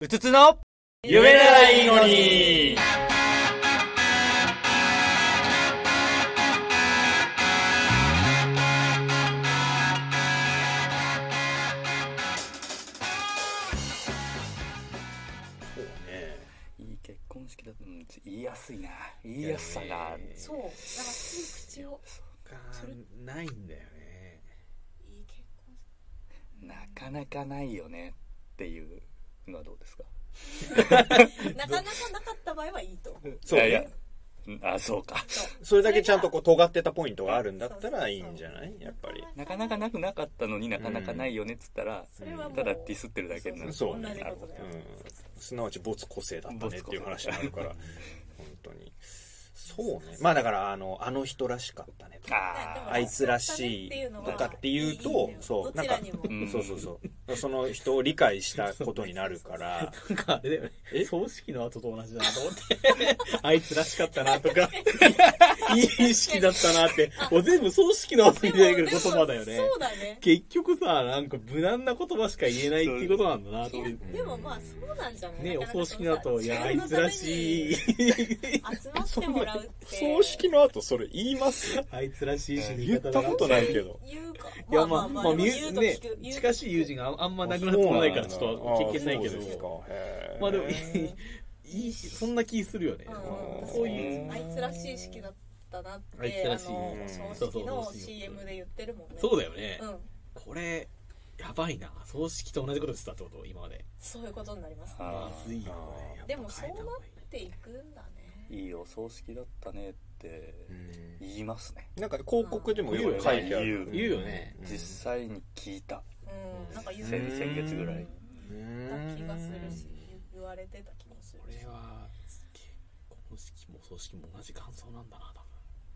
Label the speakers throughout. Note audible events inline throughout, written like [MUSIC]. Speaker 1: うつつの
Speaker 2: 夢ならいいのにそうね
Speaker 1: いい結婚式だと、うん、言いやすいな言いやすさが
Speaker 2: いやね
Speaker 3: そう、だからつい口を、
Speaker 2: か
Speaker 3: それ
Speaker 2: ないんだよね
Speaker 3: いい結婚
Speaker 1: なかなかないよねっていうのはどうですか
Speaker 3: 式なかなかなかった場合はいいと思う。
Speaker 2: そうね
Speaker 1: いやいやうんあそうか
Speaker 2: それだけちゃんとこう尖ってたポイントがあるんだったらいいんじゃないやっぱり
Speaker 1: なかなかなくなかったのになかなかないよねっつったら、
Speaker 3: それはもう
Speaker 1: ただディスってるだけになる
Speaker 2: そうね
Speaker 3: 同じことだよ。
Speaker 2: すなわち没個性だったねっていう話になるから本当にそうねまあだからあのあの人らしかったねとか
Speaker 1: あ
Speaker 2: あいつらしいとかっていうとそう
Speaker 3: ど
Speaker 2: なん
Speaker 3: ち
Speaker 2: から
Speaker 3: にも。
Speaker 1: ん
Speaker 2: そうそうそうその人を理解したことになるから
Speaker 4: なんかあれだよ
Speaker 2: え
Speaker 4: ね。葬式の後と同じだなと思って。あいつらしかったなとか、いい式だったなって。もう全部葬式の後に出てくる言葉だよね
Speaker 3: で。もそうだね。
Speaker 4: 結局さ、なんか無難な言葉しか言えないっていうことなんだなと思っ
Speaker 3: いやでもまあそうなんじゃない
Speaker 4: て。ねお
Speaker 3: なかな
Speaker 4: 葬
Speaker 3: か
Speaker 4: 式の後、いや、あいつらしい、
Speaker 3: 集まってもらうって。
Speaker 2: 葬式の後それ言います
Speaker 4: あいつらしい死に
Speaker 2: 言っ
Speaker 4: 方
Speaker 2: た
Speaker 4: だ
Speaker 2: ことないけど
Speaker 3: 言うか。
Speaker 4: いや、まあ、まあ、み
Speaker 3: 言
Speaker 4: ゆ
Speaker 3: うと
Speaker 4: ね
Speaker 3: 聞く。、言うと
Speaker 4: 近しい友人がああんま亡くなってもないから、ちょっと経験ないけ
Speaker 2: あそうですか
Speaker 4: ど。
Speaker 2: へー
Speaker 4: まあでも、いい、そんな気するよね。
Speaker 3: うん
Speaker 4: そういう。
Speaker 3: あいつらしい式だったなって、
Speaker 4: あいつらしい
Speaker 3: あの
Speaker 2: うん
Speaker 3: 葬式の
Speaker 4: そうそう
Speaker 3: CM で言ってるもんね。
Speaker 4: そうだよね。
Speaker 3: うん。
Speaker 4: これやばいな葬式と同じことしてたってこと今まで
Speaker 3: そういうことになります。
Speaker 1: あ
Speaker 4: まずいよこれやっぱ
Speaker 3: でもそう
Speaker 4: 変えた
Speaker 3: な
Speaker 4: 方
Speaker 3: っ
Speaker 4: がいい
Speaker 3: ていくんだね。
Speaker 1: いいお葬式だったねって
Speaker 2: うん
Speaker 1: 言いますね
Speaker 2: なんか広告でもよく書いてある
Speaker 4: 言うよね
Speaker 2: ん
Speaker 1: 実際に聞いた
Speaker 3: うん。なんか言
Speaker 1: 先
Speaker 3: う
Speaker 1: 先月ぐらい
Speaker 3: た気がするし、言われてた気もす
Speaker 4: こ
Speaker 3: るし。い
Speaker 4: れは結婚式も葬式も同じ感想なんだな多分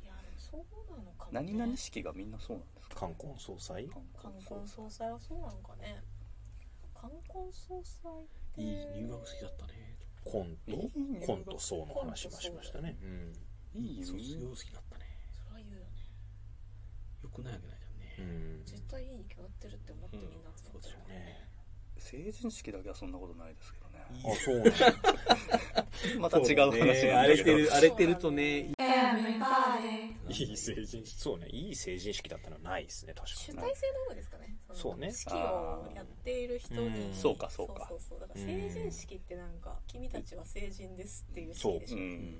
Speaker 3: や、でもそうなのかも、ね。
Speaker 1: 何々式がみんなそうなんですか
Speaker 2: 冠婚葬祭
Speaker 3: 冠婚葬祭はそうなのかね冠婚葬祭って
Speaker 4: いい入学式だったね
Speaker 2: コン
Speaker 1: いいね
Speaker 2: トコント層の話もしましたねうん
Speaker 1: いい
Speaker 4: 卒
Speaker 1: ね
Speaker 4: 業式だったね
Speaker 3: それは言うよね
Speaker 4: よくないわけないじゃんね、
Speaker 2: うん
Speaker 3: 絶対いいに決まってるって思ってみんな集まってる、
Speaker 2: ね
Speaker 1: 成人式だけはそんなことないですけどね
Speaker 2: あそうなんだ
Speaker 1: また違う話なん
Speaker 4: ね荒
Speaker 1: で
Speaker 4: れ
Speaker 1: す
Speaker 4: て
Speaker 1: けど
Speaker 4: る荒れてるとね
Speaker 2: いい成人式そうねいい成人式だったのはないですね確か
Speaker 3: 主
Speaker 2: に
Speaker 3: 体性の方ですかねの
Speaker 2: そうね
Speaker 3: 式をやっている人
Speaker 2: あー
Speaker 3: に
Speaker 1: そうかそうか
Speaker 3: そうそうそうだから成人式ってなんか君たちは成人ですっていう式でし
Speaker 1: う
Speaker 3: ょ
Speaker 1: ん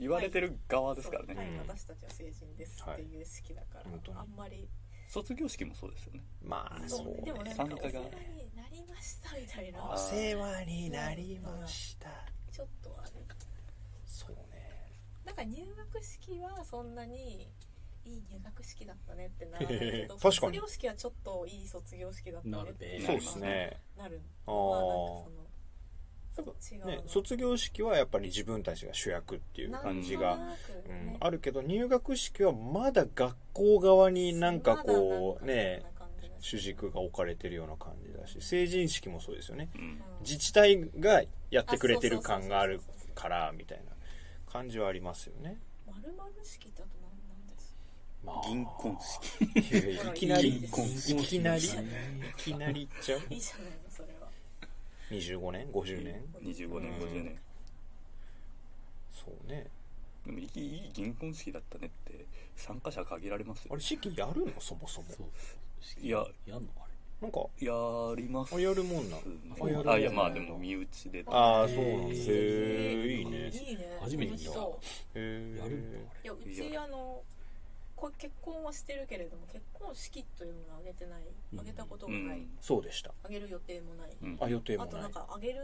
Speaker 1: 言われてる側ですからね、
Speaker 3: はい、
Speaker 2: うん
Speaker 3: 私たちは成人ですっていう式だから、
Speaker 2: はい本当に
Speaker 3: あんまり
Speaker 1: 卒業式もそうですよね
Speaker 2: まあ
Speaker 3: そう、
Speaker 2: そ
Speaker 3: ね、
Speaker 2: う
Speaker 3: でも
Speaker 2: ね
Speaker 3: なん
Speaker 1: 参
Speaker 3: かお世話
Speaker 1: 加
Speaker 3: に
Speaker 1: が
Speaker 3: なりましたみたい
Speaker 2: お
Speaker 3: な
Speaker 2: 世話になりました
Speaker 3: ちょっとある
Speaker 2: そうね
Speaker 3: なんか入学式はそんなにいい入学式だったねってならないけど
Speaker 2: 確かに
Speaker 3: 卒業式はちょっといい卒業式だったねって
Speaker 4: なるね
Speaker 2: そうですね
Speaker 3: なる
Speaker 2: あ
Speaker 3: まあ
Speaker 2: あ
Speaker 3: なんかその違う
Speaker 2: ね
Speaker 3: な
Speaker 2: 卒業式はやっぱり自分たちが主役っていう感じが
Speaker 3: なんとなく
Speaker 2: うん、
Speaker 3: ね
Speaker 2: あるけど入学式はまだ学校側になんかこう
Speaker 3: まだなん
Speaker 2: ね
Speaker 3: かそんな感じがす
Speaker 2: 主
Speaker 3: る
Speaker 2: 軸が置かれてるような感じだし成人式もそうですよね
Speaker 1: うん
Speaker 3: うん
Speaker 2: 自治体がやってくれてる感があ
Speaker 3: あ
Speaker 2: る
Speaker 3: そうそうそうそう
Speaker 2: からみたいな感じはありますよね、
Speaker 3: 丸々式ってあと何なんです
Speaker 2: まあ
Speaker 1: [LAUGHS] 銀婚
Speaker 2: い
Speaker 1: 式
Speaker 2: やいやいきなり
Speaker 3: 銀
Speaker 2: いきなりいきなりいっちゃう
Speaker 3: いいじゃないのそれは
Speaker 2: 25年50年
Speaker 1: 25年
Speaker 2: うん
Speaker 1: 50年
Speaker 2: そうね
Speaker 1: でもいいいい銀婚式だったねって参加者限られます
Speaker 2: あ
Speaker 1: よ
Speaker 2: れ式やるのそもそも
Speaker 4: そう
Speaker 1: いや
Speaker 4: やんのあれ
Speaker 2: なんか
Speaker 1: やります
Speaker 2: あやるもんな
Speaker 4: あやるもん
Speaker 1: ね
Speaker 4: な
Speaker 1: あいやまあでも身内で
Speaker 2: ああそうなんだ
Speaker 4: へ
Speaker 2: へ
Speaker 4: ー
Speaker 2: えいいね
Speaker 3: いいね
Speaker 4: 初めて見た
Speaker 3: 楽しそう
Speaker 2: へえ
Speaker 4: やるんだあ
Speaker 3: いやう
Speaker 1: いい
Speaker 3: ちあのこ結婚はしてるけれども結婚式というのを挙げてない
Speaker 4: うん
Speaker 3: 挙げたこと
Speaker 1: う
Speaker 3: がない、
Speaker 1: ん
Speaker 2: そうでした
Speaker 3: 挙げる予定もない、
Speaker 1: うん
Speaker 2: あ予定も
Speaker 3: あと
Speaker 2: な
Speaker 3: ないんか挙げる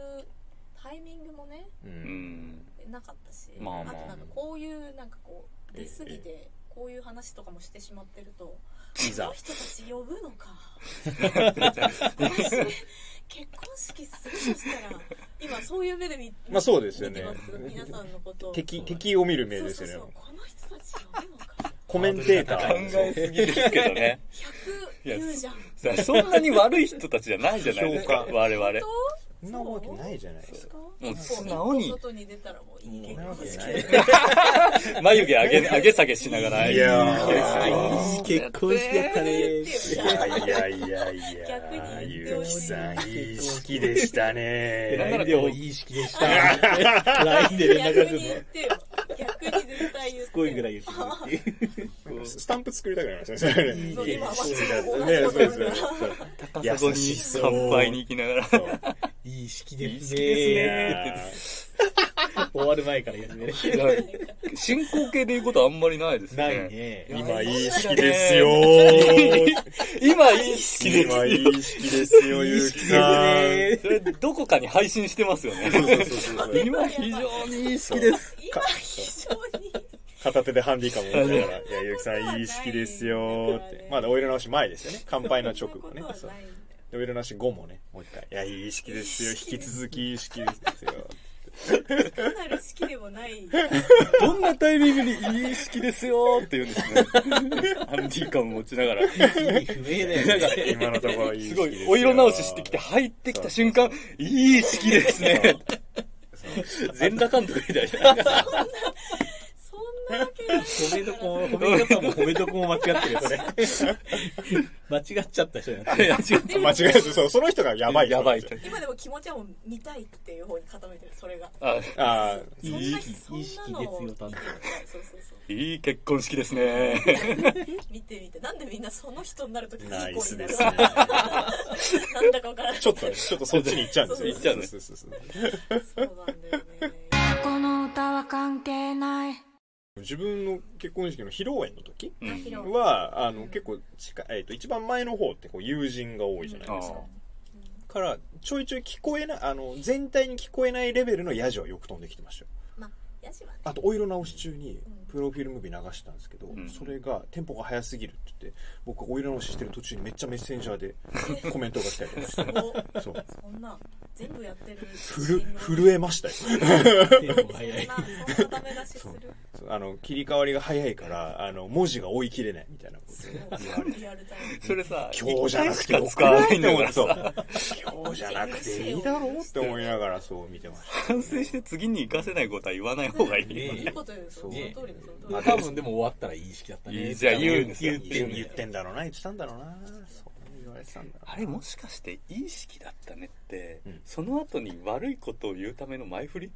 Speaker 3: タイミングもね
Speaker 2: う
Speaker 1: うんん
Speaker 3: なかったし、
Speaker 1: まあまあ
Speaker 3: となんかこういうなんかこう
Speaker 2: ええ
Speaker 3: 出過ぎてこういう話とかもしてしまってると、
Speaker 2: いざ
Speaker 3: [LAUGHS] この人たち呼ぶのか結婚式するとしたら今そういう目で見
Speaker 2: まあそうですよね
Speaker 3: 見てます皆さんのことを
Speaker 2: 敵敵を見る目
Speaker 3: そう
Speaker 2: です
Speaker 3: そう
Speaker 2: よね
Speaker 3: そうこの人たち呼ぶのか
Speaker 2: コメンテータ
Speaker 4: 考
Speaker 1: 考
Speaker 2: ー
Speaker 1: えすぎですけどね
Speaker 3: 100言うじゃん
Speaker 1: そんなに悪い人たちじゃないじゃないですか
Speaker 2: 評価
Speaker 1: 我々
Speaker 3: と
Speaker 2: そんなわけないじゃないですか
Speaker 1: もう
Speaker 3: そう
Speaker 1: 素直に
Speaker 3: 外に出たらもういい
Speaker 2: そ
Speaker 3: 結
Speaker 2: んな
Speaker 3: 果
Speaker 2: わけ
Speaker 3: です
Speaker 2: な
Speaker 3: けど
Speaker 2: い
Speaker 1: 眉毛上げ上げ下げしながら
Speaker 2: いや
Speaker 1: い
Speaker 2: ー
Speaker 1: いですね
Speaker 4: いい結婚式だったね
Speaker 2: いやいやいやい
Speaker 3: 逆に
Speaker 2: や、
Speaker 3: 言
Speaker 2: ゆ
Speaker 3: って
Speaker 2: う
Speaker 3: ほ
Speaker 2: き
Speaker 3: しい
Speaker 2: さん、いい式でしたね。
Speaker 4: LINE でもいい式でした。LINE で連絡
Speaker 3: 逆 [LAUGHS]
Speaker 4: する
Speaker 3: に
Speaker 4: の
Speaker 3: 言ってよ逆に絶対言ってよ
Speaker 4: すごいぐらい言ってくるっていう。
Speaker 2: スタンプ作りたくなりましたねそれね。
Speaker 3: そう今は
Speaker 2: そう
Speaker 3: そう
Speaker 2: ねそうですね
Speaker 1: 高砂に
Speaker 2: 優しそう
Speaker 1: 乾杯に行きながら
Speaker 2: そう
Speaker 4: いい式
Speaker 1: いい
Speaker 4: です
Speaker 1: 式
Speaker 4: ね。
Speaker 1: です
Speaker 2: い
Speaker 1: ね
Speaker 2: や
Speaker 4: 終わる前から始め [LAUGHS] る。
Speaker 1: 進行形で言うことあんまりないですね
Speaker 4: ないね。
Speaker 2: ー今いい式ですよー。
Speaker 1: 今いい式です
Speaker 2: 今いい式ですよ、ゆうきさん。
Speaker 1: それどこかに配信してますよね
Speaker 2: そうそうそうそう
Speaker 1: 今非常にいい式です
Speaker 3: 今非常に
Speaker 2: 片手でハンディカムを持ちながら、いや、ゆうきさんいい式ですよーって。まだお色直し前ですよね。乾杯の直後ね。
Speaker 3: そ
Speaker 2: そ
Speaker 3: ん
Speaker 2: う
Speaker 3: なことはない
Speaker 2: でお色直し後もね、もう一回。いや、いい式ですよ。引き続きいい式です [LAUGHS] よ。
Speaker 3: 単なる式でもない
Speaker 1: どんなタイミングにいい式ですよーって言うんですねハンディカム持ちながら
Speaker 4: 意味不明だよね。
Speaker 2: 今のところいい
Speaker 1: す
Speaker 2: 式
Speaker 1: ご
Speaker 2: です
Speaker 1: い
Speaker 2: よ
Speaker 1: お色直ししてきて入ってきた瞬間いい式ですね全裸監督みたいな
Speaker 3: そんなわけない
Speaker 4: 褒めどこも、褒め方も褒めどこも間違ってるよ、それ。間違っちゃった人だ
Speaker 1: いや違
Speaker 2: [LAUGHS]
Speaker 1: う
Speaker 2: 間違いですそうその人がやばい
Speaker 1: やばいと
Speaker 3: 今でも気持ちはもう見たいっていう方に固めてるそれが
Speaker 1: あ
Speaker 2: あ
Speaker 3: そんない
Speaker 4: い
Speaker 3: そんなのを
Speaker 4: いい式です
Speaker 3: 見て
Speaker 4: よ
Speaker 3: みたいそうそうそう
Speaker 1: いい結婚式ですね
Speaker 3: 見てみてなんでみんなその人になるとき
Speaker 2: あ
Speaker 3: にいい
Speaker 2: ナイ
Speaker 3: 子
Speaker 2: ス
Speaker 3: にな
Speaker 2: で
Speaker 3: る
Speaker 2: すね [LAUGHS]
Speaker 3: なんだかわからない
Speaker 2: ちょっとねちょっとそっちに行っちゃうんですよ
Speaker 1: 行っちゃうんで
Speaker 2: そうそうそう
Speaker 3: そうなんだよね
Speaker 5: この歌は関係ない
Speaker 2: 自分の結婚式の披露宴の時
Speaker 1: うん
Speaker 3: あ広い
Speaker 2: はあの結構近い、えっと一番前の方ってこう友人が多いじゃない
Speaker 1: あ
Speaker 2: ですか、
Speaker 1: ー
Speaker 2: からちょいちょい聞こえないあの全体に聞こえないレベルのヤジはよく飛んできてましたよ
Speaker 3: まあヤシはね
Speaker 2: あとお色直し中に
Speaker 3: うん
Speaker 2: プロフィールムービー流したんですけど、
Speaker 1: ん
Speaker 2: それがテンポが速すぎるって言って僕お色直ししてる途中にめっちゃメッセンジャー [LAUGHS] でコメントが来たりとかして
Speaker 3: お
Speaker 2: そう
Speaker 3: そんな全部やってる
Speaker 2: 震震えましたよ
Speaker 4: ね。
Speaker 3: そん
Speaker 4: 早い。
Speaker 3: なそんなダメ出しす
Speaker 2: そう
Speaker 3: る
Speaker 2: あの切り替わりが早いからあの文字が追い切れないみたいなことで
Speaker 3: リアルタイム
Speaker 1: それさ
Speaker 2: 今日じゃなくて
Speaker 1: 一回
Speaker 2: よく
Speaker 1: しか使わ
Speaker 2: な
Speaker 1: ないい
Speaker 2: っ
Speaker 1: ん
Speaker 2: て
Speaker 1: だ
Speaker 2: 思
Speaker 1: か
Speaker 2: っ
Speaker 1: ら
Speaker 2: てそう
Speaker 1: さ
Speaker 2: 今日じゃなくていいだろうって思いながらそう見てました
Speaker 1: 反省して次に生かせないことは言わない方がいいよ
Speaker 3: い
Speaker 1: ね
Speaker 3: いこと言うその通りその通り
Speaker 4: 多分でも終わったらいい式だった
Speaker 1: い
Speaker 4: ね。
Speaker 1: いじゃん言うんですよ
Speaker 4: 言って
Speaker 2: 言
Speaker 4: 言
Speaker 2: っ
Speaker 4: ってて
Speaker 2: んだろうな言ってたんだろうなそう言われてたんだろ
Speaker 1: あれもしかしていい式だったねって、
Speaker 2: うん
Speaker 1: その後に悪いことを言うための前振り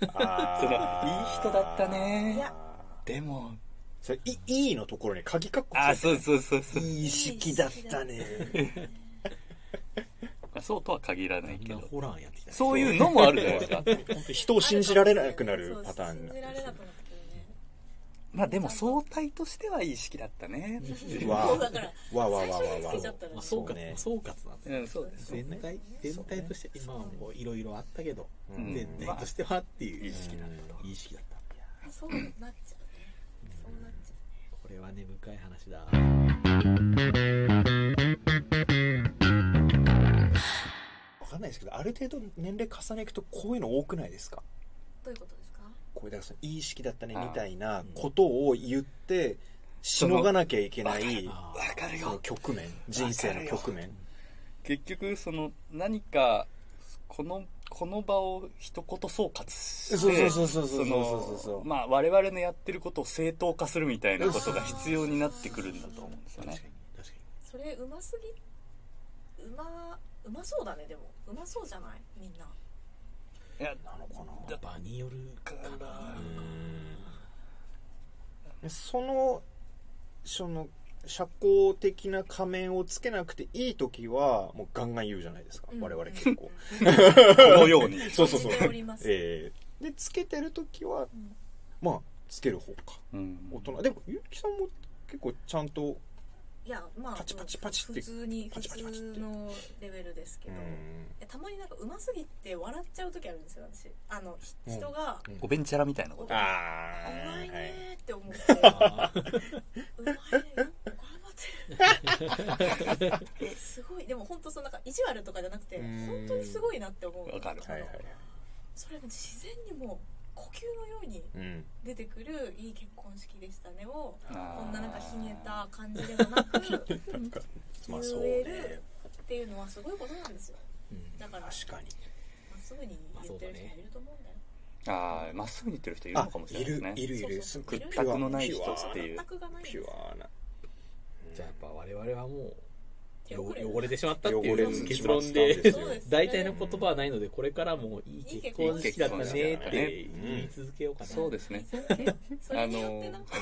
Speaker 2: うな
Speaker 1: そのいい人だったね
Speaker 3: いや
Speaker 1: でも
Speaker 2: それいいいのところに鍵括弧
Speaker 1: あー
Speaker 2: つい
Speaker 1: そうそうそうそ
Speaker 2: て
Speaker 1: う
Speaker 2: るいい式だったね
Speaker 1: まあそうとは限らないけ
Speaker 4: みん
Speaker 1: ど
Speaker 4: なホラーやってきた。
Speaker 1: そういうのもあるじゃないですか [LAUGHS]
Speaker 2: 人を信じられなくなるパターンに
Speaker 3: そ
Speaker 2: な
Speaker 3: う信じられなくなってくるね
Speaker 1: まあでも相対としてはいい式だったね
Speaker 2: うわ
Speaker 3: もうだから
Speaker 2: わわわわわ
Speaker 3: 最初につけちゃったら
Speaker 4: ま
Speaker 3: ね
Speaker 4: あ、総
Speaker 2: そう
Speaker 4: 括、
Speaker 2: ね
Speaker 4: 総括なんだ
Speaker 1: う
Speaker 4: よ。
Speaker 1: んそうです
Speaker 4: 全体、全体として、今はもういろいろあったけど、
Speaker 2: うん
Speaker 4: 全体としてはっていう。
Speaker 1: いい式だ
Speaker 4: ったいい式だった。
Speaker 3: そうなっちゃうねそうなっちゃ
Speaker 4: これはね、深い話だ。
Speaker 2: わかんないですけどある程度年齢重ねいくとこういうの多くないですか
Speaker 3: うどういうことですか
Speaker 2: こうだからそのいい式だったね
Speaker 1: あー
Speaker 2: みたいなことを言ってしのがなきゃいけない
Speaker 4: あ
Speaker 1: わかる
Speaker 2: その
Speaker 1: よ
Speaker 2: 局面人生の局面
Speaker 1: 結局その何かこのこの場を一言総括して
Speaker 2: そうそう
Speaker 1: そのまあ我々のやってることを正当化するみたいなことが必要になってくるんだと思うんです
Speaker 4: あ
Speaker 1: よ
Speaker 4: 確かに
Speaker 1: ね、
Speaker 4: 確か
Speaker 3: それうますぎうまうまそうだねでもうまそうじゃないみんない
Speaker 1: や
Speaker 2: なのかな
Speaker 4: に。場によるかな。
Speaker 2: そのその社交的な仮面をつけなくていい時はもうガンガン言うじゃないですか、
Speaker 3: うん
Speaker 2: 我々結構
Speaker 1: このように
Speaker 2: [LAUGHS] そうそうそう
Speaker 3: 言っております
Speaker 2: ええでつけてる時は、
Speaker 3: ん
Speaker 2: まあつける方か
Speaker 1: うん
Speaker 2: 大人でもゆうきさんも結構ちゃんと
Speaker 3: いやまあ
Speaker 2: パチパチパチって
Speaker 3: 普通に
Speaker 2: パ
Speaker 3: 普
Speaker 2: チパチパチって
Speaker 3: 通のレベルですけど、いやたまになんかうますぎて笑っちゃう時あるんですよ私あのひ
Speaker 2: うん
Speaker 3: 人が
Speaker 2: うん
Speaker 1: おべんちゃらみたいなこと
Speaker 2: あ
Speaker 3: 「う
Speaker 2: あ
Speaker 3: まい
Speaker 2: は
Speaker 3: ね」って思って「うま [LAUGHS]
Speaker 4: あー
Speaker 3: いねよく頑張ってる」えすごいでも本当そのなんか意地悪とかじゃなくて
Speaker 2: うん
Speaker 3: 本当にすごいなって思う
Speaker 1: わか
Speaker 2: い
Speaker 1: る
Speaker 2: はいはい
Speaker 3: それも自然にもう呼吸のように
Speaker 2: うん
Speaker 3: 出てくる「いい結婚式でしたね」を
Speaker 1: あー
Speaker 3: こんななんかひねった感じでも
Speaker 1: [LAUGHS]
Speaker 3: なく
Speaker 2: まあそうね
Speaker 3: っていうのはすごいことなんですよ
Speaker 4: うん
Speaker 3: だから
Speaker 2: 確かに
Speaker 3: すぐに言ってる人もいると思うんだよ。
Speaker 1: ああ、まっすぐに言ってる人いるのかもしれないですね。
Speaker 2: いるい
Speaker 3: そう
Speaker 2: るいる
Speaker 3: そ
Speaker 2: す
Speaker 3: う
Speaker 2: っごい
Speaker 3: いる
Speaker 2: ピュア
Speaker 1: 屈託のない
Speaker 2: ピ
Speaker 1: 人
Speaker 2: ュア
Speaker 1: っていう
Speaker 3: 全くがないんです
Speaker 2: ピュ
Speaker 3: よ
Speaker 2: アな
Speaker 4: じゃあやっぱ我々はもう
Speaker 3: 手
Speaker 4: よ
Speaker 3: 遅れ
Speaker 4: 汚れてしまったってい
Speaker 2: 汚れてし
Speaker 4: う
Speaker 2: まったんです
Speaker 4: 結
Speaker 2: よ
Speaker 4: 論で
Speaker 3: そうですね
Speaker 4: 大体の言葉はないのでこれからもいい結婚式だったねって言い続けようかな
Speaker 1: そうですね。
Speaker 3: [LAUGHS] それによってなんか、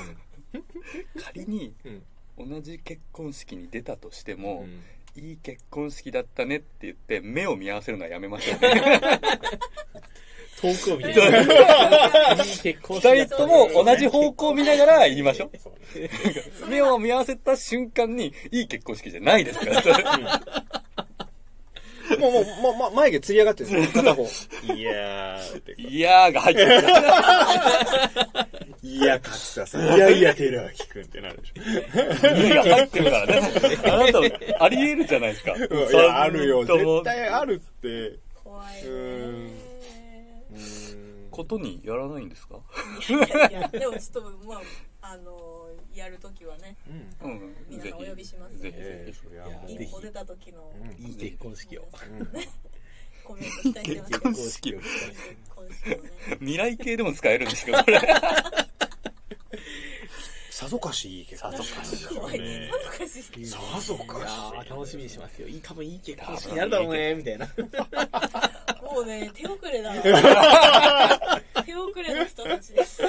Speaker 1: 仮に
Speaker 2: うん
Speaker 1: 同じ結婚式に出たとして
Speaker 2: う
Speaker 1: も、
Speaker 2: ん
Speaker 1: いい結婚式だったねって言って、目を見合わせるのはやめまし [LAUGHS] ょうね。
Speaker 4: 遠くを見ていい結婚式だ
Speaker 1: 二
Speaker 4: っ
Speaker 1: 人
Speaker 4: た
Speaker 1: と
Speaker 4: ね
Speaker 1: も同じ方向を見ながら言いましょ
Speaker 2: そう
Speaker 1: う。目を見合わせた瞬間に、いい結婚式じゃないですから、それ
Speaker 2: もう、もう、もう、もう眉毛つり上がってるん [LAUGHS] ですよ、片方。いやー、
Speaker 1: いやーが入ってる。
Speaker 2: いや、勝田さん。いやいや、寺脇くんってなるでし
Speaker 1: いやが入ってるからね。あなたも、あり得るじゃないですか。
Speaker 2: ょ。いや、あるよ。
Speaker 1: そんな
Speaker 2: 絶対あるって。
Speaker 3: 怖いうね
Speaker 2: ーん
Speaker 1: ことにやらないんですか
Speaker 3: いや、でもちょっと、まあ、あの、やるときはね、
Speaker 2: うん
Speaker 1: うん
Speaker 3: 皆さんお呼びしますね
Speaker 1: ぜひ
Speaker 2: え
Speaker 1: ぜ
Speaker 2: え、そりゃ
Speaker 4: いや
Speaker 2: もう
Speaker 3: 一歩出た時の、
Speaker 2: うん
Speaker 4: いい結婚式を
Speaker 3: コメント期待してますけど、
Speaker 4: 結婚式を
Speaker 3: 今週のね。
Speaker 1: ひ。未来系でも使えるんですけど、これ。
Speaker 2: さぞかしいい結婚式。
Speaker 3: 怖いね。さぞかしい。
Speaker 2: さぞ
Speaker 4: いや
Speaker 2: かし。
Speaker 4: ー楽しみにしますよいい多分いい結婚式になるだろうねみたいな
Speaker 3: も [LAUGHS] うね、手遅れだ。手遅れの人たちです。